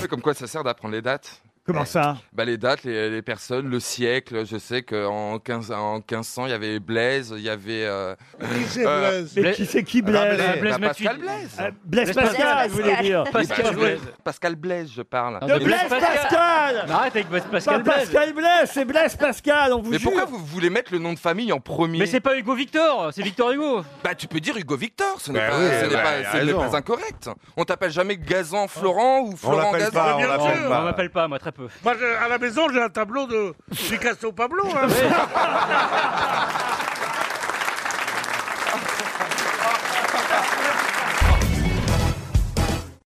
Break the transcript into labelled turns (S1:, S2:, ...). S1: sais comme quoi ça sert d'apprendre les dates.
S2: Comment ça
S1: Bah, les dates, les, les personnes, le siècle. Je sais qu'en 15, en 1500, il y avait Blaise, il y avait. euh, euh,
S2: Mais qui c'est qui
S1: Ah,
S2: Blaise
S1: Blaise,
S3: Blaise
S1: bah, Pascal
S3: Matuidi.
S1: Blaise.
S2: Euh, Blaise Pascal, vous voulez dire
S3: Pascal
S1: Bah,
S3: Blaise.
S1: Pascal Blaise, je parle.
S3: Ah,
S2: De
S3: mais
S2: Blaise Pascal
S3: Non, Arrête avec Blaise
S2: Pas
S3: Pascal Blaise.
S2: Pascal Blaise, c'est Blaise Pascal, on vous
S1: Mais
S2: jure
S1: pourquoi vous voulez mettre le nom de famille en premier
S3: Mais c'est pas Hugo Victor, c'est Victor Hugo.
S1: Bah, tu peux dire Hugo Victor, ce n'est
S4: Bah
S1: pas,
S4: oui,
S1: ce n'est
S4: bah,
S1: pas-
S4: il a
S1: ce n'est
S4: raison.
S1: pas incorrect. On t'appelle jamais Gazan Florent ou
S4: On
S1: Florent
S4: l'appelle
S1: Gazan.
S4: pas, on
S1: bien
S4: l'appelle
S1: sûr.
S3: On
S4: pas.
S3: m'appelle pas, moi, très peu.
S5: Moi, j'ai- à la maison, j'ai un tableau de Picasso Pablo. hein.